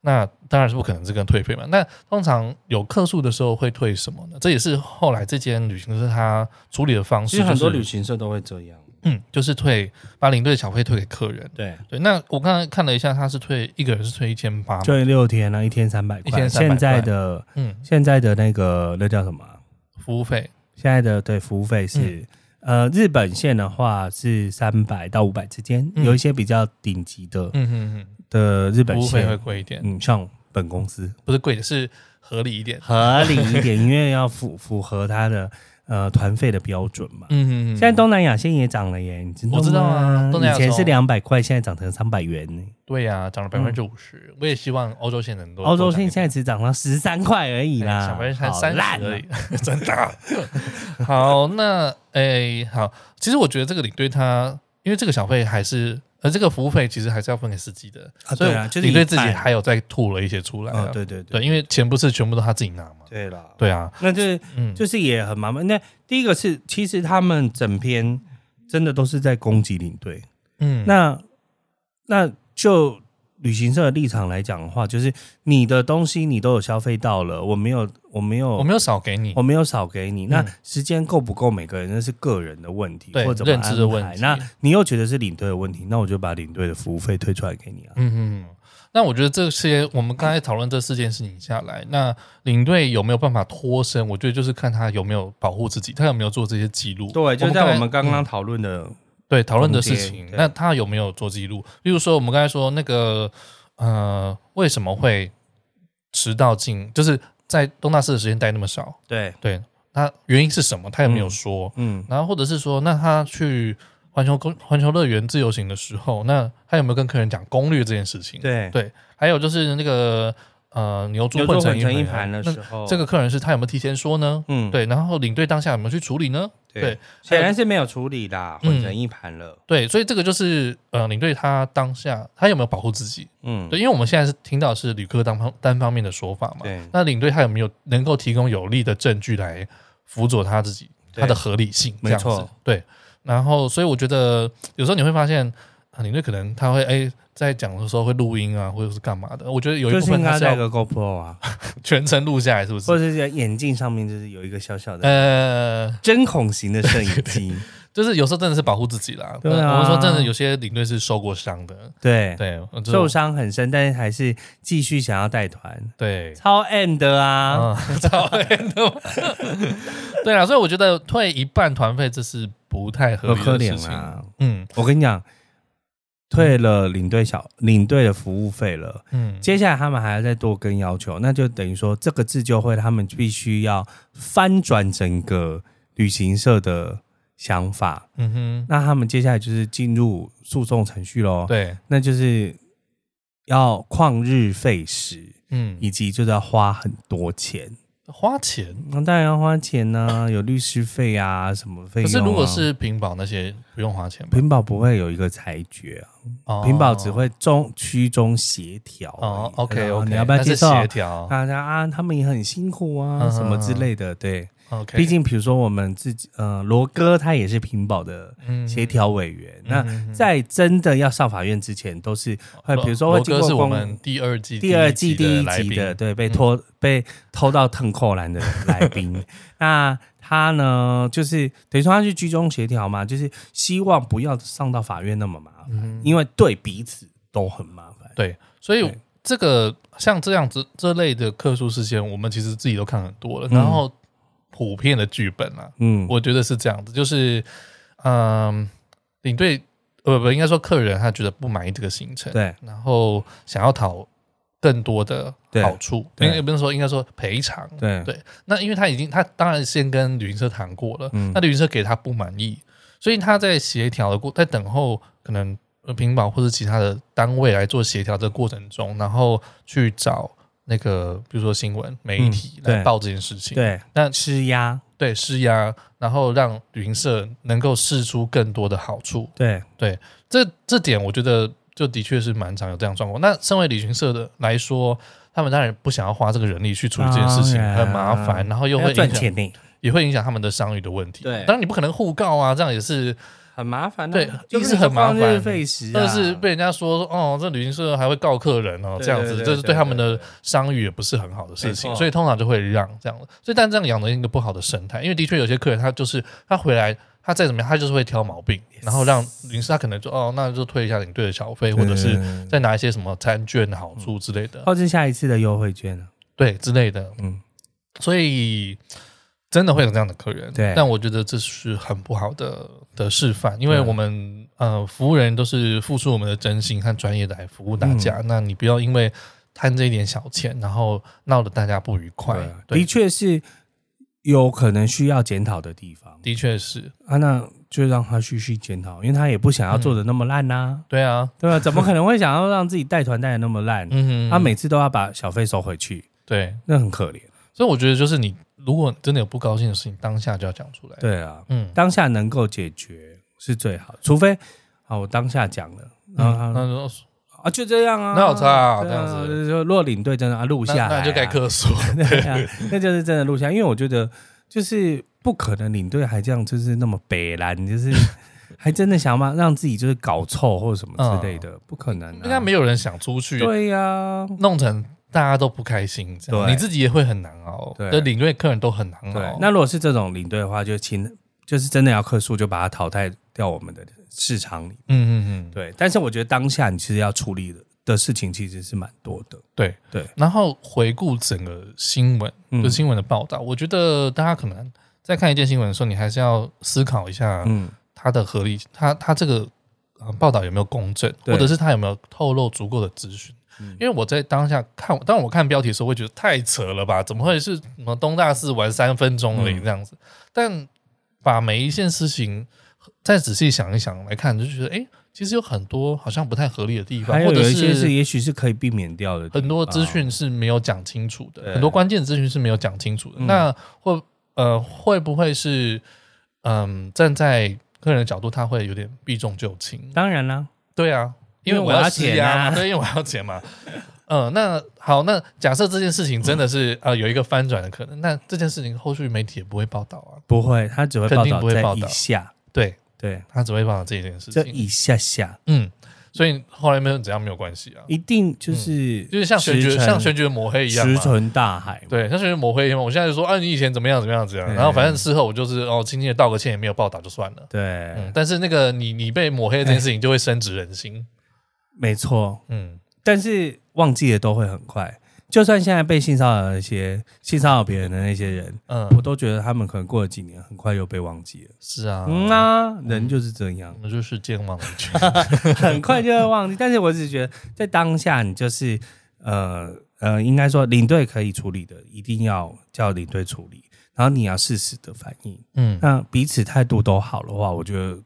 S1: 那当然是不可能这个退费嘛。那通常有客诉的时候会退什么呢？这也是后来这间旅行社它处理的方式，
S2: 其实很多
S1: 就是
S2: 旅行社都会这样。
S1: 嗯，就是退把领队的小费退给客人。
S2: 对，
S1: 对，那我刚才看了一下，他是退一个人是退一千八，
S2: 就六天啊呢，一天三百
S1: 一天
S2: 块。
S1: 300块
S2: 现在的
S1: 嗯，
S2: 现在的那个那叫什么啊？
S1: 服务费，
S2: 现在的对服务费是、
S1: 嗯
S2: 呃，日本线的话是三百到五百之间，
S1: 嗯
S2: 有一些比较顶级的
S1: 嗯嗯
S2: 的日
S1: 嗯，
S2: 本
S1: 服务费会
S2: 线，
S1: 贵一点，
S2: 嗯，像本公司
S1: 不是贵的是合理一点。
S2: 合理一点，因为要符符合它的呃团费的标准嘛。
S1: 嗯嗯嗯，
S2: 现在东南亚线也涨了耶，你知道吗？
S1: 我知道啊东南亚
S2: 以前是
S1: 从
S2: 两百块，现在涨成三百元呢。
S1: 对呀、涨了百分之五十。我也希望欧洲线能多。
S2: 嗯欧洲线现在
S1: 在
S2: 只涨到十三块而已啦，
S1: 哎小白才
S2: 好
S1: 三十
S2: 烂啊
S1: 而已， 真的啊。好，那诶、好，其实我觉得这个领队他，因为这个小费还是。呃，这个服务费其实还是要分给司机的，
S2: 啊
S1: 所以
S2: 对啊就是
S1: 领队
S2: 一
S1: 自己
S2: 半
S1: 还有再吐了一些出来、啊
S2: 嗯，对对
S1: 对，因为钱不是全部都他自己拿嘛。
S2: 对啦，
S1: 对啊，
S2: 那就是
S1: 嗯，
S2: 就是也很麻烦。那第一个是，其实他们整篇真的都是在攻击领队。
S1: 嗯，
S2: 那那就旅行社的立场来讲的话，就是你的东西你都有消费到了，我没有，我没有，
S1: 我没有少给你
S2: 我，哦没有少给你。那
S1: 嗯
S2: 时间够不够，每个人那是个人的问题，
S1: 对
S2: 或者怎么
S1: 认知的
S2: 安
S1: 问
S2: 排
S1: 题
S2: 那你又觉得是领队的问题，那我就把领队的服务费退出来给你啊。
S1: 嗯嗯。那我觉得这些我们刚才讨论这四件事情下来，那领队有没有办法脱身？我觉得就是看他有没有保护自己，他有没有做这些记录。
S2: 对，就在
S1: 刚才
S2: 我们刚
S1: 嗯
S2: 刚讨论的，
S1: 对讨论的
S2: 空
S1: 事
S2: 间
S1: 情，
S2: 对
S1: 那他有没有做记录？例如说，我们刚才说那个呃，为什么会迟到进，就是在东大寺的时间待那么少？
S2: 对，
S1: 对，那原因是什么？他有没有说？
S2: 嗯，
S1: 然后或者是说，那他去环球公环球乐园自由行的时候，那他有没有跟客人讲攻略这件事情？，
S2: 对，
S1: 还有就是那个呃牛猪
S2: 牛
S1: 混
S2: 肉
S1: 成
S2: 混成
S1: 一
S2: 一盘的时候，
S1: 那这个客人是他有没有提前说呢？
S2: 嗯，
S1: 对，然后领队当下有没有去处理呢？对，
S2: 显然是没有处理啦，
S1: 嗯
S2: 混成一盘了。
S1: 对，所以这个就是呃，领队他当下他有没有保护自己？
S2: 嗯，
S1: 对，因为我们现在是听到的是旅客单方单方面的说法嘛。
S2: 对
S1: 那领队他有没有能够提供有力的证据来辅佐他自己
S2: 对
S1: 他的合理性？
S2: 没
S1: 这样子
S2: 错，
S1: 对。然后，所以我觉得有时候你会发现，啊领队可能他会哎在讲的时候会录音啊，或者是干嘛的。我觉得有一
S2: 就
S1: 部
S2: 是
S1: 分
S2: 应
S1: 他
S2: 该
S1: 是
S2: 带
S1: 要
S2: 个 GoPro 啊，
S1: 全程录下来，是不
S2: 或
S1: 是？
S2: 者是眼镜上面就是有一个小小的
S1: 呃，
S2: 针孔型的摄影机，
S1: 就是有时候真的是保护自己啦。
S2: 对
S1: 呃
S2: 啊
S1: 我们说真的，有些领队是受过伤的，
S2: 对，
S1: 对，呃这种
S2: 受伤很深，但是还是继续想要带团，
S1: 对，
S2: 超 M 的啊，
S1: 啊， 超黑的。 对啊，所以我觉得退一半团费这是不太嗯合
S2: 有可
S1: 理的
S2: 怜
S1: 事情。
S2: 啊！
S1: 嗯
S2: 我跟你讲，退了领队小领队的服务费了。
S1: 嗯，
S2: 接下来他们还要再多跟要求，那就等于说这个自救会他们必须要翻转整个旅行社的想法。
S1: 嗯
S2: 那他们接下来就是进入诉讼程序喽
S1: 哼，，对，
S2: 那就是要旷日费时，
S1: 嗯，
S2: 以及就是要花很多钱。
S1: 花钱。
S2: 那当然要花钱呢、有律师费啊，什么费
S1: 可
S2: 用、啊。
S1: 是如果是屏保那些不用花钱吧？
S2: 屏保不会有一个裁决啊，
S1: 哦
S2: 屏保只会中区中协调而已。
S1: 哦，OK
S2: 然后
S1: OK，
S2: 你要不要接受？
S1: 协调
S2: 大家啊，他们也很辛苦啊，
S1: 嗯
S2: 什么之类的。对，
S1: ？OK，
S2: 毕竟比如说我们自己，呃，罗哥他也是屏保的
S1: 嗯
S2: 协调委员。
S1: 嗯嗯
S2: 那在真的要上法院之前，都是会比如说会
S1: 罗
S2: 经
S1: 哥是
S2: 过
S1: 我
S2: 公
S1: 们第二季
S2: 第二季第一
S1: 来
S2: 集
S1: 宾嗯
S2: 的，对，被拖、被偷到腾扣篮的 来宾。那他呢，就是等于说他去居中协调嘛，就是希望不要上到法院那么麻烦，
S1: 嗯
S2: 因为对彼此都很麻烦。
S1: 对，所以
S2: 对
S1: 这个像这样子这类的客诉事件，我们其实自己都看很多了，
S2: 嗯
S1: 然后普遍的剧本啊，
S2: 嗯，
S1: 我觉得是这样子，就是嗯，领队呃不应该说客人他觉得不满意这个行程，，
S2: 对
S1: 然后想要讨更多的
S2: 对
S1: 好处，
S2: 对
S1: 应该不是说应该说赔偿，
S2: 对
S1: 对那因为他已经他当然先跟旅行社谈过了，
S2: 嗯
S1: 那旅行社给他不满意，所以他在协调的过在等候可能呃屏保或者其他的单位来做协调的过程中，然后去找。那个，比如说新闻媒体
S2: 嗯对
S1: 来报这件事情，
S2: 对，
S1: 那
S2: 施压，
S1: 对施压，然后让旅行社能够试出更多的好处。
S2: 对
S1: 这这点我觉得就的确是蛮常有这样的状况。那身为旅行社的来说，他们当然不想要花这个人力去处理这件事情
S2: 当，然
S1: 很麻烦，然后又
S2: 哦要
S1: 会
S2: 赚
S1: 影响，
S2: 钱呢，
S1: 也会影响他们的商誉的问题。
S2: 对
S1: 当然你不可能互告啊，这样也是，
S2: 很麻烦、啊，
S1: 对
S2: 就
S1: 一
S2: 是
S1: 是很麻
S2: 旷日
S1: 烦
S2: 费时、啊，
S1: 但是被人家说哦，这旅行社还会告客人哦，
S2: 对
S1: 这样
S2: 对
S1: 子，
S2: 对
S1: 这是
S2: 对
S1: 对他们
S2: 对
S1: 的商誉也不是很好的事
S2: 没
S1: 情，
S2: 错
S1: 所以通常就会让这样的。所以，但这样养成一个不好的生态，因为的确有些客人他就是他回来，他再怎么样，他就是会挑毛病，然后让临时他可能就哦，那就退一下领队的小费，
S2: 对
S1: 或者是
S2: 对
S1: 再拿一些什么餐券好处之类的，
S2: 或是下一次的优惠券啊，
S1: 对之类的。
S2: 嗯，
S1: 所以真的会有这样的客人，
S2: 对
S1: 但我觉得这是很不好的的示范，因为
S2: 对
S1: 我们呃服务人都是付出我们的真心和专业来服务大家，
S2: 嗯
S1: 那你不要因为贪这一点小钱，然后闹得大家不愉快。
S2: 啊
S1: 对
S2: 的，确是有可能需要检讨的地方。
S1: 的确是，
S2: 啊，那就让他继续检讨，因为他也不想要
S1: 嗯
S2: 做的那么烂呐、
S1: 对啊，
S2: 对吧？怎么可能会想要让自己带团带的那么烂？
S1: 嗯哼，
S2: 他每次都要把小费收回去，
S1: 对，
S2: 那很可怜。
S1: 所以我觉得就是你如果真的有不高兴的事情，当下就要讲出来。，
S2: 对啊，
S1: 嗯，
S2: 当下能够解决是最好的，除非啊，我当下讲了，然后他
S1: 嗯，
S2: 说、
S1: 那就
S2: 啊就这样啊，
S1: 那有差啊
S2: 对
S1: 这样子
S2: 就是说若领队真的啊录下
S1: 那
S2: 来、
S1: 那就该，克数。
S2: 对 啊，那就是真 的录下，因为我觉得就是不可能领队还这样，就是那么北蓝，就是还真的想要让自己就是搞臭或者什么之类的，不可能、啊，
S1: 嗯应该没有人想出去，
S2: 对呀、
S1: 弄成大家都不开心，这样
S2: 对
S1: 你自己也会很难熬，
S2: 对
S1: 的领队客人都很难
S2: 对
S1: 熬，。
S2: 那如果是这种领队的话，就请就是真的要克数，就把它淘汰掉我们的市场里。
S1: 嗯嗯嗯，
S2: 对，但是我觉得当下你其实要处理的的事情其实是蛮多的。
S1: 对
S2: 对。
S1: 然后回顾整个新闻，
S2: 嗯
S1: 就是新闻的报道，我觉得大家可能在看一件新闻的时候，你还是要思考一下
S2: 嗯，
S1: 它的合理，它它这个、呃、报道有没有公正，
S2: 对嗯
S1: 或者是它有没有透露足够的资讯。因为我在当下看，当我看标题的时候，会觉得太扯了吧？怎么会是什么东大寺玩三分钟而已
S2: 嗯
S1: 这样子？但把每一件事情再仔细想一想来看，就觉得哎、诶其实有很多好像不太合理的地方，
S2: 还有
S1: 或者
S2: 有一些
S1: 是
S2: 是也许是可以避免掉的地方，
S1: 很多资讯是没有讲清楚的，
S2: 对嗯
S1: 很多关键资讯是没有讲清楚的。那会呃会不会是嗯、站在客人的角度，他会有点避重就轻？
S2: 当然啦，
S1: 对啊，因为
S2: 因为
S1: 我
S2: 我
S1: 要
S2: 要
S1: 施
S2: 钱
S1: 压嘛
S2: 啊
S1: 对，因为我要钱嘛。 嗯，那好，那假设这件事情真的是
S2: 嗯
S1: 啊、呃有一个翻转的可能，那这件事情后续媒体也不会报道啊，
S2: 不会，他只会
S1: 肯
S2: 报
S1: 定
S2: 道
S1: 不会
S2: 在
S1: 报
S2: 以
S1: 道
S2: 下，
S1: 对
S2: 对，
S1: 他只会报道这件事
S2: 这
S1: 情。
S2: 一下下
S1: 嗯，所以后来没有怎样没有关系啊，
S2: 一定就是
S1: 嗯就是像选举
S2: 石沉
S1: 像选举的抹黑一样
S2: 石
S1: 嘛。
S2: 沉大海嘛，
S1: 对，他学抹黑嘛，我现在就说，啊，你以前怎么样怎么样怎么样，
S2: 对
S1: 然后反正事后我就是哦，轻轻的道个歉，也没有报道就算了。嗯
S2: 对，，
S1: 但是那个你你被抹黑这件事情就会深植人心。
S2: 没错，
S1: 嗯，
S2: 但是忘记的都会很快。就算现在被性骚扰的那些性骚扰别人的那些人，
S1: 嗯
S2: 我，都觉得他们可能过了几年，很快又被忘记了。
S1: 是啊，
S2: 嗯啊，人就是这样
S1: 我，们就是健忘的一 群。
S2: 很快就会忘记。但是我只是觉得，在当下，你就是呃呃，应该说领队可以处理的，一定要叫领队处理，然后你要适时的反应。
S1: 嗯，
S2: 那彼此态度都好的话，我觉得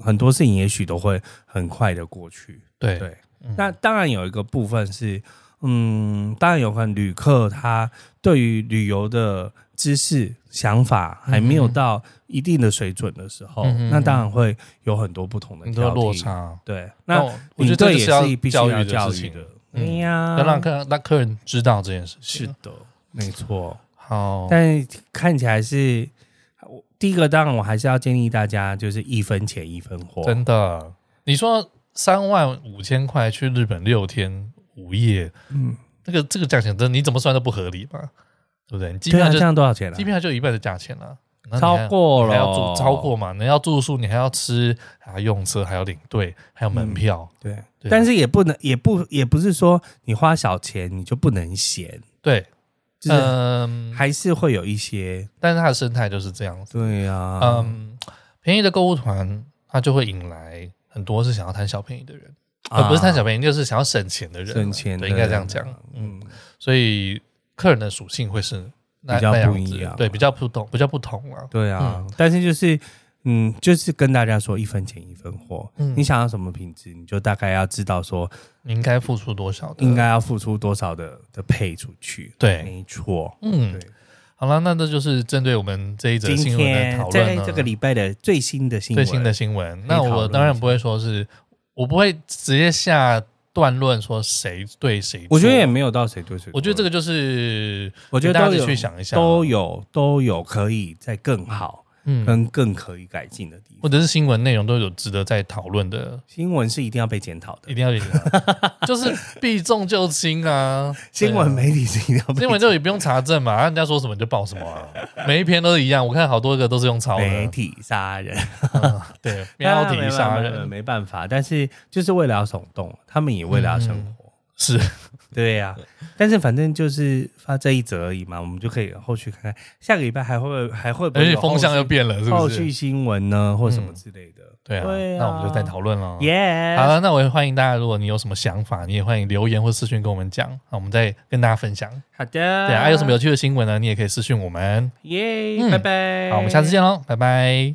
S2: 很多事情也许都会很快的过去。
S1: 对，
S2: 对，
S1: 嗯
S2: 那当然有一个部分是，嗯，当然有可能旅客他对于旅游的知识、想法还没有到一定的水准的时候，
S1: 嗯哼
S2: 那当然会有很多不同的
S1: 很多
S2: 挑剔
S1: 落。差。
S2: 对，
S1: 那
S2: 那
S1: 我我觉
S2: 领
S1: 得这
S2: 队
S1: 就
S2: 也
S1: 是要
S2: 是必须
S1: 教育
S2: 要
S1: 的
S2: 教
S1: 事
S2: 育
S1: 情
S2: 的，
S1: 嗯
S2: 对呀，
S1: 要让客让客人知道这件事情。
S2: 是的，没错。
S1: 好，
S2: 但看起来是，我第一个当然我还是要建议大家，就是一分钱一分货，
S1: 真的，你说三万五千块去日本六天五夜，
S2: 嗯，
S1: 这个这个价钱真的你怎么算都不合理嘛，对不对？你机
S2: 对
S1: 票
S2: 啊，
S1: 就
S2: 这样多少钱啊
S1: 机？票就一半的价钱了、那你还
S2: 超过
S1: 你
S2: 了，
S1: 还要住超过嘛？你要住宿，你还要吃，还要用车，还要领队，还有
S2: 嗯
S1: 门票。
S2: 对，
S1: 对
S2: 但是也不能，也不也不是说你花小钱你就不能闲，
S1: 对，
S2: 就是
S1: 嗯，
S2: 还是会有一些，
S1: 但是它的生态就是这样子。
S2: 对啊呀，
S1: 嗯，便宜的购物团，它就会引来很多是想要贪小便宜的人，
S2: 啊，
S1: 而呃不是贪小便宜，就是想要省钱的人啊。
S2: 省钱
S1: 对
S2: 的
S1: 应
S2: 人啊
S1: 该这样讲。嗯，
S2: 嗯，
S1: 所以客人的属性会是那
S2: 比较
S1: 那样
S2: 不一
S1: 子
S2: 样啊
S1: 对，比较不同，比较不同了。
S2: 对啊，但是就是。嗯，就是跟大家说一分钱一分货，
S1: 嗯
S2: 你想要什么品质，你就大概要知道说
S1: 你应该付出多少的？
S2: 应该要付出多少的的配出去。
S1: 对，
S2: 没错，
S1: 嗯
S2: 对。
S1: 好了，那这就是针对我们这一则
S2: 今
S1: 新闻的
S2: 天
S1: 讨论
S2: 在
S1: 了。
S2: 这个礼拜的最新的新闻，
S1: 最新的新闻，
S2: 以
S1: 那
S2: 讨
S1: 我
S2: 论
S1: 当然
S2: 一
S1: 不会说是，我不会直接下断论说谁对谁错。
S2: 我觉得也没有到谁对谁错。
S1: 我觉得这个就是，
S2: 我觉得
S1: 大家
S2: 都
S1: 自己
S2: 有
S1: 去想一下啊
S2: 都有都有可以再更好，
S1: 嗯，
S2: 跟更可以改进的地
S1: 或
S2: 方。
S1: 者是新闻内容都有值得再讨论的，
S2: 新闻是一定要被检讨的
S1: 一，定要引啊 就是避重就轻 啊。
S2: 新闻
S1: 对啊
S2: 媒体是一定要被
S1: 新闻就也不用查证嘛， 人家说什么你就报什么啊，每一篇都是一样。我看好多个都是用抄
S2: 媒
S1: 的，
S2: 体杀人，
S1: 嗯对，标
S2: 当然
S1: 题
S2: 没
S1: 杀
S2: 办法没办法
S1: 人
S2: 没办法，但是就是为了要耸动，他们也为了要生活。
S1: 是
S2: 对呀、但是反正就是发这一则而已嘛，我们就可以后续看看下个礼拜还会不会还会不
S1: 而
S2: 会
S1: 且
S2: 有后
S1: 风向
S2: 续
S1: 又变了，是嗯
S2: 后
S1: 不
S2: 续
S1: 是？
S2: 新闻呢，或什么之类的。
S1: 对啊
S2: 对，啊
S1: 那我们就再讨论了。
S2: 耶、
S1: 好了，那我也欢迎大家，如果你有什么想法，你也欢迎留言或私讯跟我们讲，那我们再跟大家分享。
S2: 好的，
S1: 对啊，还有什么有趣的新闻呢？你也可以私讯我们。
S2: 耶、
S1: 嗯
S2: 拜拜。
S1: 好，我们下次。见喽，拜拜。